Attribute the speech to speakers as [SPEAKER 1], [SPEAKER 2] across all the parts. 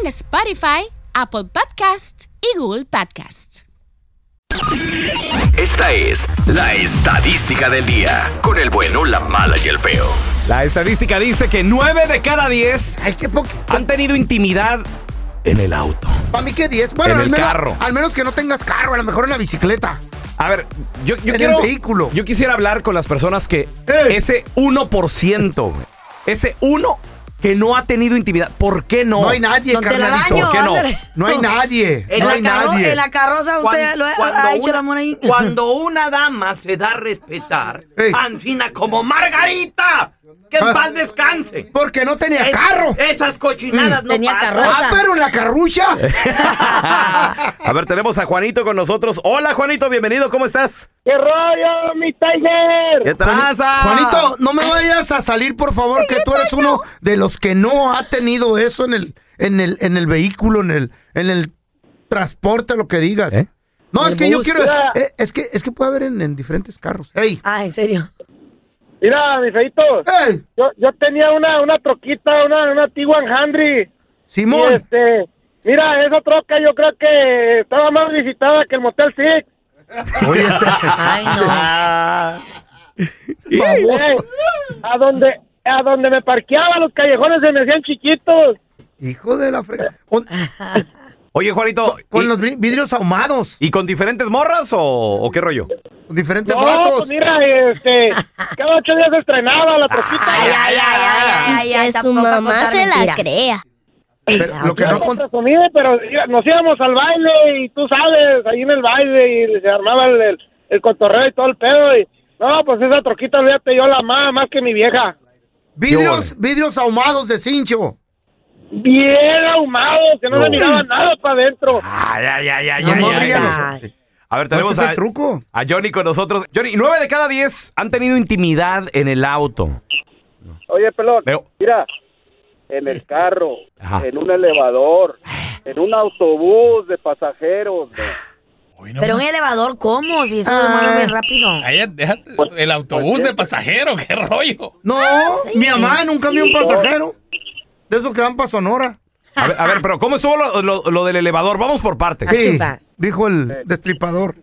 [SPEAKER 1] en Spotify, Apple Podcast y Google Podcast.
[SPEAKER 2] Esta es la estadística del día. Con el bueno, la mala y el feo.
[SPEAKER 3] La estadística dice que 9 de cada 10
[SPEAKER 4] Ay, qué poco.
[SPEAKER 3] han tenido intimidad en el auto.
[SPEAKER 4] Para mí que 10. Bueno,
[SPEAKER 3] En
[SPEAKER 4] al
[SPEAKER 3] el
[SPEAKER 4] menos,
[SPEAKER 3] carro.
[SPEAKER 4] Al menos que no tengas carro, a lo mejor en la bicicleta.
[SPEAKER 3] A ver, yo, yo
[SPEAKER 4] En
[SPEAKER 3] quiero.
[SPEAKER 4] el vehículo.
[SPEAKER 3] Yo quisiera hablar con las personas que.
[SPEAKER 4] ¡Ey!
[SPEAKER 3] Ese 1%, güey, ese 1 que no ha tenido intimidad. ¿Por qué no?
[SPEAKER 4] No hay nadie,
[SPEAKER 5] Don
[SPEAKER 4] carnalito.
[SPEAKER 5] Telaraño,
[SPEAKER 3] ¿por qué no?
[SPEAKER 5] ándale.
[SPEAKER 4] No hay nadie.
[SPEAKER 5] ah? En
[SPEAKER 4] no
[SPEAKER 5] la
[SPEAKER 4] hay
[SPEAKER 5] carro-
[SPEAKER 4] nadie.
[SPEAKER 5] En la carroza
[SPEAKER 6] Cuan-
[SPEAKER 5] usted lo ha-
[SPEAKER 6] cuando
[SPEAKER 5] ha hecho
[SPEAKER 6] una-
[SPEAKER 5] el amor ahí.
[SPEAKER 6] Cuando una dama se da a respetar,
[SPEAKER 4] Ey.
[SPEAKER 6] Ancina como Margarita, que
[SPEAKER 4] Ah.
[SPEAKER 6] en paz descanse.
[SPEAKER 4] Porque no tenía
[SPEAKER 6] Es-
[SPEAKER 4] carro.
[SPEAKER 6] Esas cochinadas no
[SPEAKER 5] Mm. Tenía
[SPEAKER 6] pasan.
[SPEAKER 5] carroza.
[SPEAKER 4] Ah, pero en la carrucha.
[SPEAKER 3] A ver, tenemos a Juanito con nosotros. Hola, Juanito, bienvenido, ¿cómo estás?
[SPEAKER 7] ¡Qué rollo, mi Tiger!
[SPEAKER 3] ¿Qué traza?
[SPEAKER 4] Juanito, no me vayas a salir, por favor, que tú eres uno de los que no ha tenido eso en el, en el, en el vehículo, en el, en el transporte, lo que digas.
[SPEAKER 3] ¿Eh?
[SPEAKER 4] No, es que yo quiero. eh, es que, es que puede haber en, en diferentes carros. ¡Ey!
[SPEAKER 5] Ah, en serio.
[SPEAKER 7] Mira, mi feito,
[SPEAKER 4] ¡Ey!
[SPEAKER 7] yo, yo tenía una, una troquita, una, una T-100. Y
[SPEAKER 4] Simón.
[SPEAKER 7] este, mira, esa troca yo creo que estaba más visitada que el Motel Six.
[SPEAKER 4] Oye, este.
[SPEAKER 5] Ay, no.
[SPEAKER 3] Ah.
[SPEAKER 7] Eh,
[SPEAKER 4] baboso.
[SPEAKER 7] a donde a donde me parqueaba los callejones se me hacían chiquitos.
[SPEAKER 4] Hijo de la frega. Con,
[SPEAKER 3] Oye, Juanito,
[SPEAKER 4] con
[SPEAKER 3] ¿y,
[SPEAKER 4] los vi- vidrios ahumados,
[SPEAKER 3] y con diferentes morras o, o qué rollo?
[SPEAKER 4] con diferentes
[SPEAKER 7] No,
[SPEAKER 4] vatos.
[SPEAKER 7] pues mira, este, cada ocho días se estrenaba la troquita.
[SPEAKER 5] Ay, ay, ay, ay, ay, ay.
[SPEAKER 8] que su
[SPEAKER 5] tampoco va a
[SPEAKER 8] mamá
[SPEAKER 5] contar
[SPEAKER 8] se la
[SPEAKER 5] mentiras.
[SPEAKER 8] crea.
[SPEAKER 4] Pero lo que
[SPEAKER 7] No
[SPEAKER 4] no
[SPEAKER 7] se
[SPEAKER 4] con-
[SPEAKER 7] presumía, pero iba- nos íbamos al baile y tú sabes, ahí en el baile y se armaba el, el, el cotorreo y todo el pedo. Y, no, pues esa troquita, olvídate, yo la amaba más que mi vieja.
[SPEAKER 4] vidrios, vidrios ahumados de cincho.
[SPEAKER 7] Bien ahumado, que no
[SPEAKER 3] No.
[SPEAKER 7] se miraba nada para adentro.
[SPEAKER 3] Ay, ay, ay, ay,
[SPEAKER 5] No,
[SPEAKER 3] ay,
[SPEAKER 4] No
[SPEAKER 3] ay,
[SPEAKER 4] digan
[SPEAKER 3] ay. A
[SPEAKER 4] los-
[SPEAKER 3] ver,
[SPEAKER 4] ¿No es
[SPEAKER 3] tenemos
[SPEAKER 4] ese
[SPEAKER 3] a,
[SPEAKER 4] truco?
[SPEAKER 3] a Johnny con nosotros. Johnny, 9 de cada 10 han tenido intimidad en el auto.
[SPEAKER 7] Oye, pelón,
[SPEAKER 3] Veo.
[SPEAKER 7] mira, en el carro,
[SPEAKER 3] Ajá. Ah.
[SPEAKER 7] en un elevador, en un autobús de pasajeros.
[SPEAKER 5] Pero un elevador, ¿cómo? Si eso lo mueve bien rápido.
[SPEAKER 9] Ay, déjate, el autobús de pasajero, qué rollo.
[SPEAKER 4] No, mi mamá en un camión pasajero. De esos que van para Sonora.
[SPEAKER 3] A ver, a ver, pero ¿cómo estuvo lo, lo- lo del elevador? Vamos por partes.
[SPEAKER 5] Así vas.
[SPEAKER 4] dijo el destripador.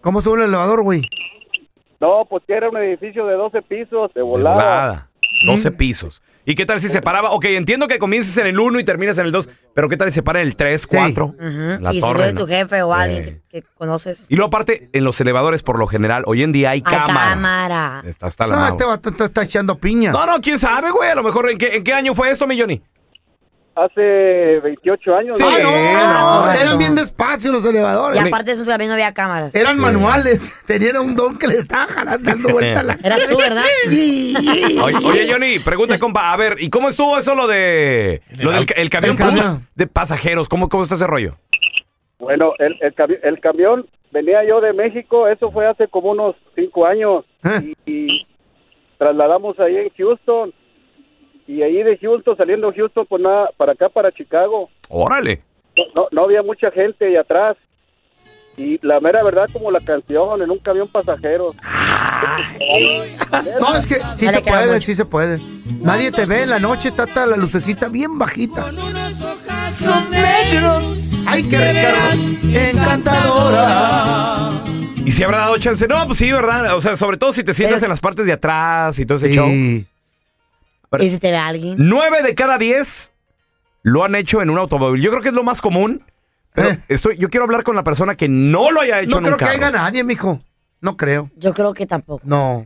[SPEAKER 4] ¿Cómo sube el elevador, güey?
[SPEAKER 7] No, pues que era un edificio de 12 pisos, de
[SPEAKER 3] De volada. 12 pisos. ¿Y qué tal si se paraba? Ok, entiendo que comiences en el 1 y terminas en el 2, pero ¿qué tal si se para en el 3, 4?
[SPEAKER 5] Ujú.
[SPEAKER 3] La
[SPEAKER 5] y
[SPEAKER 3] torre,
[SPEAKER 5] si soy
[SPEAKER 3] ¿no?
[SPEAKER 5] tu jefe o alguien
[SPEAKER 3] Eh.
[SPEAKER 5] que, que conoces.
[SPEAKER 3] Y luego aparte, en los elevadores por lo general, hoy en día hay
[SPEAKER 5] Ay,
[SPEAKER 3] cámara.
[SPEAKER 5] cámara.
[SPEAKER 3] Está hasta la
[SPEAKER 4] No,
[SPEAKER 3] madre.
[SPEAKER 4] este vato está- está echando piña.
[SPEAKER 3] No, no, quién sabe, güey. A lo mejor, ¿en qué, en qué año fue esto, mi Johnny?
[SPEAKER 7] Hace 28 años.
[SPEAKER 3] Sí.
[SPEAKER 4] Ah, no,
[SPEAKER 5] Ah,
[SPEAKER 4] no,
[SPEAKER 5] con
[SPEAKER 4] eran
[SPEAKER 5] razón.
[SPEAKER 4] bien despacio los
[SPEAKER 5] Y
[SPEAKER 4] elevadores.
[SPEAKER 5] aparte de eso también no había cámaras.
[SPEAKER 4] Eran manuales. Tenían un don que le estaba jalando dando vuelta la.
[SPEAKER 5] Eras tú, ¿verdad?
[SPEAKER 3] Oye, oye, Johnny, pregunta, compa. A ver, ¿y cómo estuvo eso lo de. Lo del ca- el camión
[SPEAKER 4] El camión.
[SPEAKER 3] pas- de pasajeros? ¿Cómo, ¿Cómo está ese rollo?
[SPEAKER 7] Bueno, el, el, cami- el camión venía yo de México, eso fue hace como unos cinco años
[SPEAKER 4] ¿Eh?
[SPEAKER 7] y, y trasladamos ahí en Houston y ahí de Houston, saliendo de Houston pues nada, para acá, para Chicago,
[SPEAKER 3] Órale.
[SPEAKER 7] no, no, no había mucha gente ahí atrás y la mera verdad como la canción en un camión pasajero.
[SPEAKER 4] No, es que sí
[SPEAKER 5] No le
[SPEAKER 4] se
[SPEAKER 5] queda
[SPEAKER 4] puede,
[SPEAKER 5] mucho.
[SPEAKER 4] sí se puede. Nadie te ve en la noche, tata, la lucecita bien bajita. Son negros. Hay que recargar. Encantadora.
[SPEAKER 3] ¿Y si habrá dado chance? No, pues sí, ¿verdad? O sea, sobre todo si te sientas en las partes de atrás y todo ese show.
[SPEAKER 4] Sí.
[SPEAKER 3] Pero-
[SPEAKER 5] ¿Y si te ve alguien?
[SPEAKER 3] Nueve de cada diez lo han hecho en un automóvil. Yo creo que es lo más común. Pero estoy, yo quiero hablar con la persona que no lo haya Eh, hecho
[SPEAKER 4] Eh. No
[SPEAKER 3] en un
[SPEAKER 4] creo que
[SPEAKER 3] carro.
[SPEAKER 4] haya nadie, mijo. No creo.
[SPEAKER 5] Yo creo que tampoco.
[SPEAKER 4] No.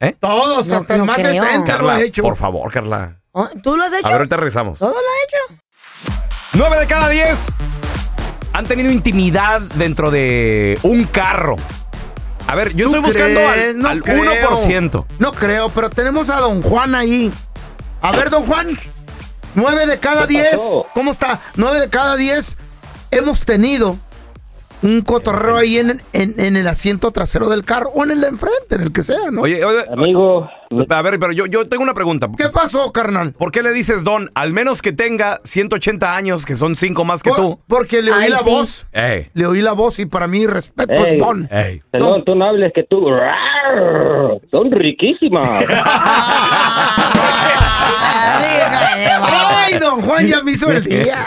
[SPEAKER 3] ¿Eh?
[SPEAKER 4] Todos,
[SPEAKER 5] No-
[SPEAKER 4] hasta el
[SPEAKER 5] no
[SPEAKER 4] más
[SPEAKER 5] creo.
[SPEAKER 4] decente lo
[SPEAKER 3] Carla,
[SPEAKER 4] ha hecho.
[SPEAKER 3] por favor, Carla.
[SPEAKER 5] Oh, ¿Tú lo has hecho?
[SPEAKER 3] A ver, ahorita regresamos.
[SPEAKER 5] ¿Todo lo has hecho?
[SPEAKER 3] 9 de cada 10 han tenido intimidad dentro de un carro. A ver, yo
[SPEAKER 4] ¿Tú
[SPEAKER 3] estoy buscando
[SPEAKER 4] crees?
[SPEAKER 3] al,
[SPEAKER 4] No
[SPEAKER 3] al
[SPEAKER 4] creo.
[SPEAKER 3] 1%.
[SPEAKER 4] No creo, pero tenemos a don Juan ahí. A ver, don Juan. Nueve de cada diez. ¿Cómo está? Nueve de cada diez hemos tenido un cotorreo ahí en, en- en el asiento trasero del carro o en el de enfrente, en el que sea, ¿no?
[SPEAKER 3] Oye, oye,
[SPEAKER 10] Amigo,
[SPEAKER 3] a ver, pero yo, yo tengo una pregunta.
[SPEAKER 4] ¿Qué pasó, carnal?
[SPEAKER 3] ¿Por qué le dices don? Al menos que tenga 180 años, que son 5 más que
[SPEAKER 4] Por-
[SPEAKER 3] tú. Eh.
[SPEAKER 4] Porque le oí
[SPEAKER 5] Ay,
[SPEAKER 4] la
[SPEAKER 5] sí.
[SPEAKER 4] voz.
[SPEAKER 3] Ey,
[SPEAKER 4] Le oí la voz y para mí respeto
[SPEAKER 10] Ey.
[SPEAKER 4] es don.
[SPEAKER 3] ey.
[SPEAKER 4] Perdón,
[SPEAKER 10] tú no hables que tú. Son riquísimas.
[SPEAKER 4] Ay, don Juan ya me hizo el día.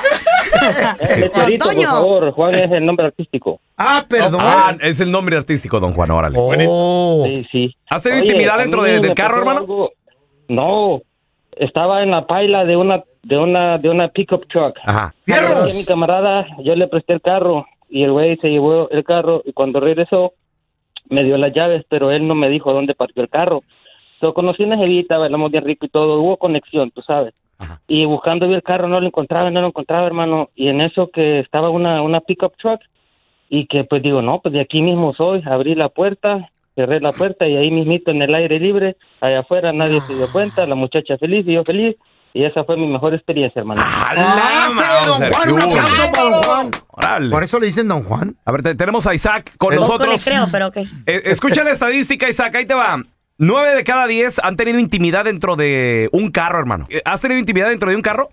[SPEAKER 5] Leterito, por Toño. favor,
[SPEAKER 10] Juan es el nombre artístico.
[SPEAKER 4] Ah, perdón.
[SPEAKER 10] eh.
[SPEAKER 3] Ah, es el nombre artístico, don Juan, órale.
[SPEAKER 4] Oh.
[SPEAKER 10] Sí, sí.
[SPEAKER 3] ¿Has tenido
[SPEAKER 10] Oye,
[SPEAKER 3] intimidad
[SPEAKER 10] a
[SPEAKER 3] dentro
[SPEAKER 10] mí
[SPEAKER 3] de-
[SPEAKER 10] me
[SPEAKER 3] del carro,
[SPEAKER 10] pasó
[SPEAKER 3] hermano?
[SPEAKER 10] algo- No, estaba en la paila de una de una de una pickup truck.
[SPEAKER 3] Ajá.
[SPEAKER 10] Yo
[SPEAKER 4] Fierros.
[SPEAKER 10] a mi camarada, yo le presté el carro y el güey se llevó el carro y cuando regresó me dio las llaves, pero él no me dijo dónde partió el carro. Yo conocí una jevita, bailamos bien rico y todo, hubo conexión, tú sabes.
[SPEAKER 3] Ajá.
[SPEAKER 10] Y buscando vi el carro, no lo encontraba, no lo encontraba, hermano. Y en eso que estaba una, una pickup truck y que pues digo, no, pues de aquí mismo soy, abrí la puerta, cerré la puerta y ahí mismito en el aire libre, allá afuera, nadie se dio cuenta, la muchacha feliz y yo feliz. Y esa fue mi mejor experiencia, hermano.
[SPEAKER 4] Ah, sí, don
[SPEAKER 3] Mauser,
[SPEAKER 4] Juan,
[SPEAKER 3] qué
[SPEAKER 4] un
[SPEAKER 3] hubo.
[SPEAKER 4] aplauso para don Juan.
[SPEAKER 3] Órale.
[SPEAKER 4] Por eso le dicen don Juan.
[SPEAKER 3] A ver, te- tenemos a Isaac con
[SPEAKER 4] Loco
[SPEAKER 5] Poco le
[SPEAKER 3] nosotros.
[SPEAKER 5] creo, pero ok.
[SPEAKER 3] Eh, escucha la estadística, Isaac, ahí te va. Nueve de cada diez han tenido intimidad dentro de un carro, hermano. Eh, ¿Has tenido intimidad dentro de un carro?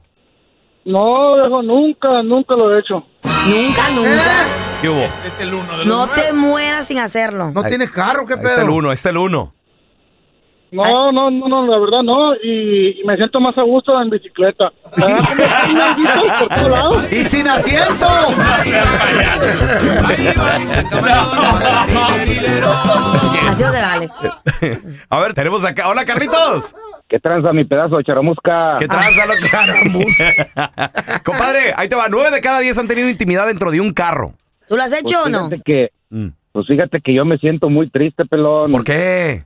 [SPEAKER 10] No, viejo, nunca, nunca lo he hecho.
[SPEAKER 5] Nunca, nunca.
[SPEAKER 3] ¿Qué hubo?
[SPEAKER 7] Es el uno de los
[SPEAKER 5] No
[SPEAKER 7] nueve.
[SPEAKER 5] te mueras sin hacerlo.
[SPEAKER 4] No tienes carro, qué
[SPEAKER 3] Ahí Está el
[SPEAKER 4] pedo.
[SPEAKER 3] uno, ahí está el uno.
[SPEAKER 10] No, no, no, no, la verdad no. Y, y me siento más a gusto en bicicleta. La verdad, como que hay nalguitas por todos lados.
[SPEAKER 4] Y sin asiento.
[SPEAKER 5] Así no te vale.
[SPEAKER 3] A ver, tenemos acá. Hola, Carlitos.
[SPEAKER 10] ¿Qué tranza mi pedazo de charamusca?
[SPEAKER 3] ¿Qué tranza, loco? Compadre, ahí te va. Nueve de cada diez han tenido intimidad dentro de un carro.
[SPEAKER 5] ¿Tú lo has hecho o no?
[SPEAKER 10] Fíjate que,
[SPEAKER 3] Mm.
[SPEAKER 10] pues fíjate que yo me siento muy triste, pelón.
[SPEAKER 3] ¿Por qué?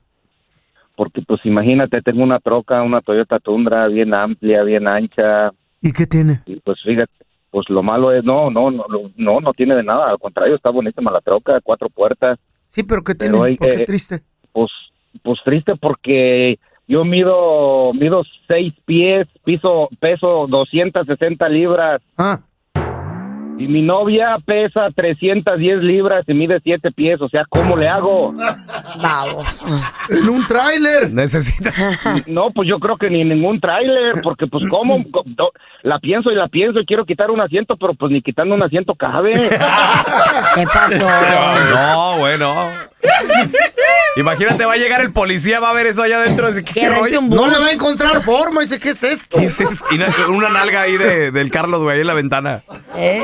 [SPEAKER 10] Porque pues imagínate, tengo una troca, una Toyota Tundra bien amplia, bien ancha.
[SPEAKER 4] ¿Y qué tiene?
[SPEAKER 10] Y pues fíjate, pues lo malo es, no, no, no, lo- no, no tiene de nada. Al contrario, está buenísima la troca, cuatro puertas.
[SPEAKER 4] Sí, pero ¿qué
[SPEAKER 10] Pero
[SPEAKER 4] tiene?
[SPEAKER 10] hay
[SPEAKER 4] ¿Por qué
[SPEAKER 10] que-
[SPEAKER 4] triste?
[SPEAKER 10] Pues, pues triste porque yo mido, mido seis pies, piso, peso 260 libras.
[SPEAKER 4] Ah,
[SPEAKER 10] Y mi novia pesa 310 libras y mide 7 pies, o sea, ¿cómo le hago?
[SPEAKER 5] Vamos.
[SPEAKER 4] en un tráiler.
[SPEAKER 3] Necesita.
[SPEAKER 10] No, pues yo creo que ni ningún tráiler, porque pues cómo Co- do- la pienso y la pienso y quiero quitar un asiento, pero pues ni quitando un asiento cabe.
[SPEAKER 5] ¿Qué pasó?
[SPEAKER 3] No, bueno. Imagínate, va a llegar el policía, va a ver eso allá adentro. dice, ¿Qué,
[SPEAKER 5] Que rente
[SPEAKER 3] rollo?
[SPEAKER 5] un
[SPEAKER 4] No
[SPEAKER 5] bus.
[SPEAKER 4] le va a encontrar forma. Dice, ¿qué es esto?
[SPEAKER 3] ¿Qué es esto? Y na- una nalga ahí de- del Carlos, güey, ahí en la ventana.
[SPEAKER 5] ¿eh?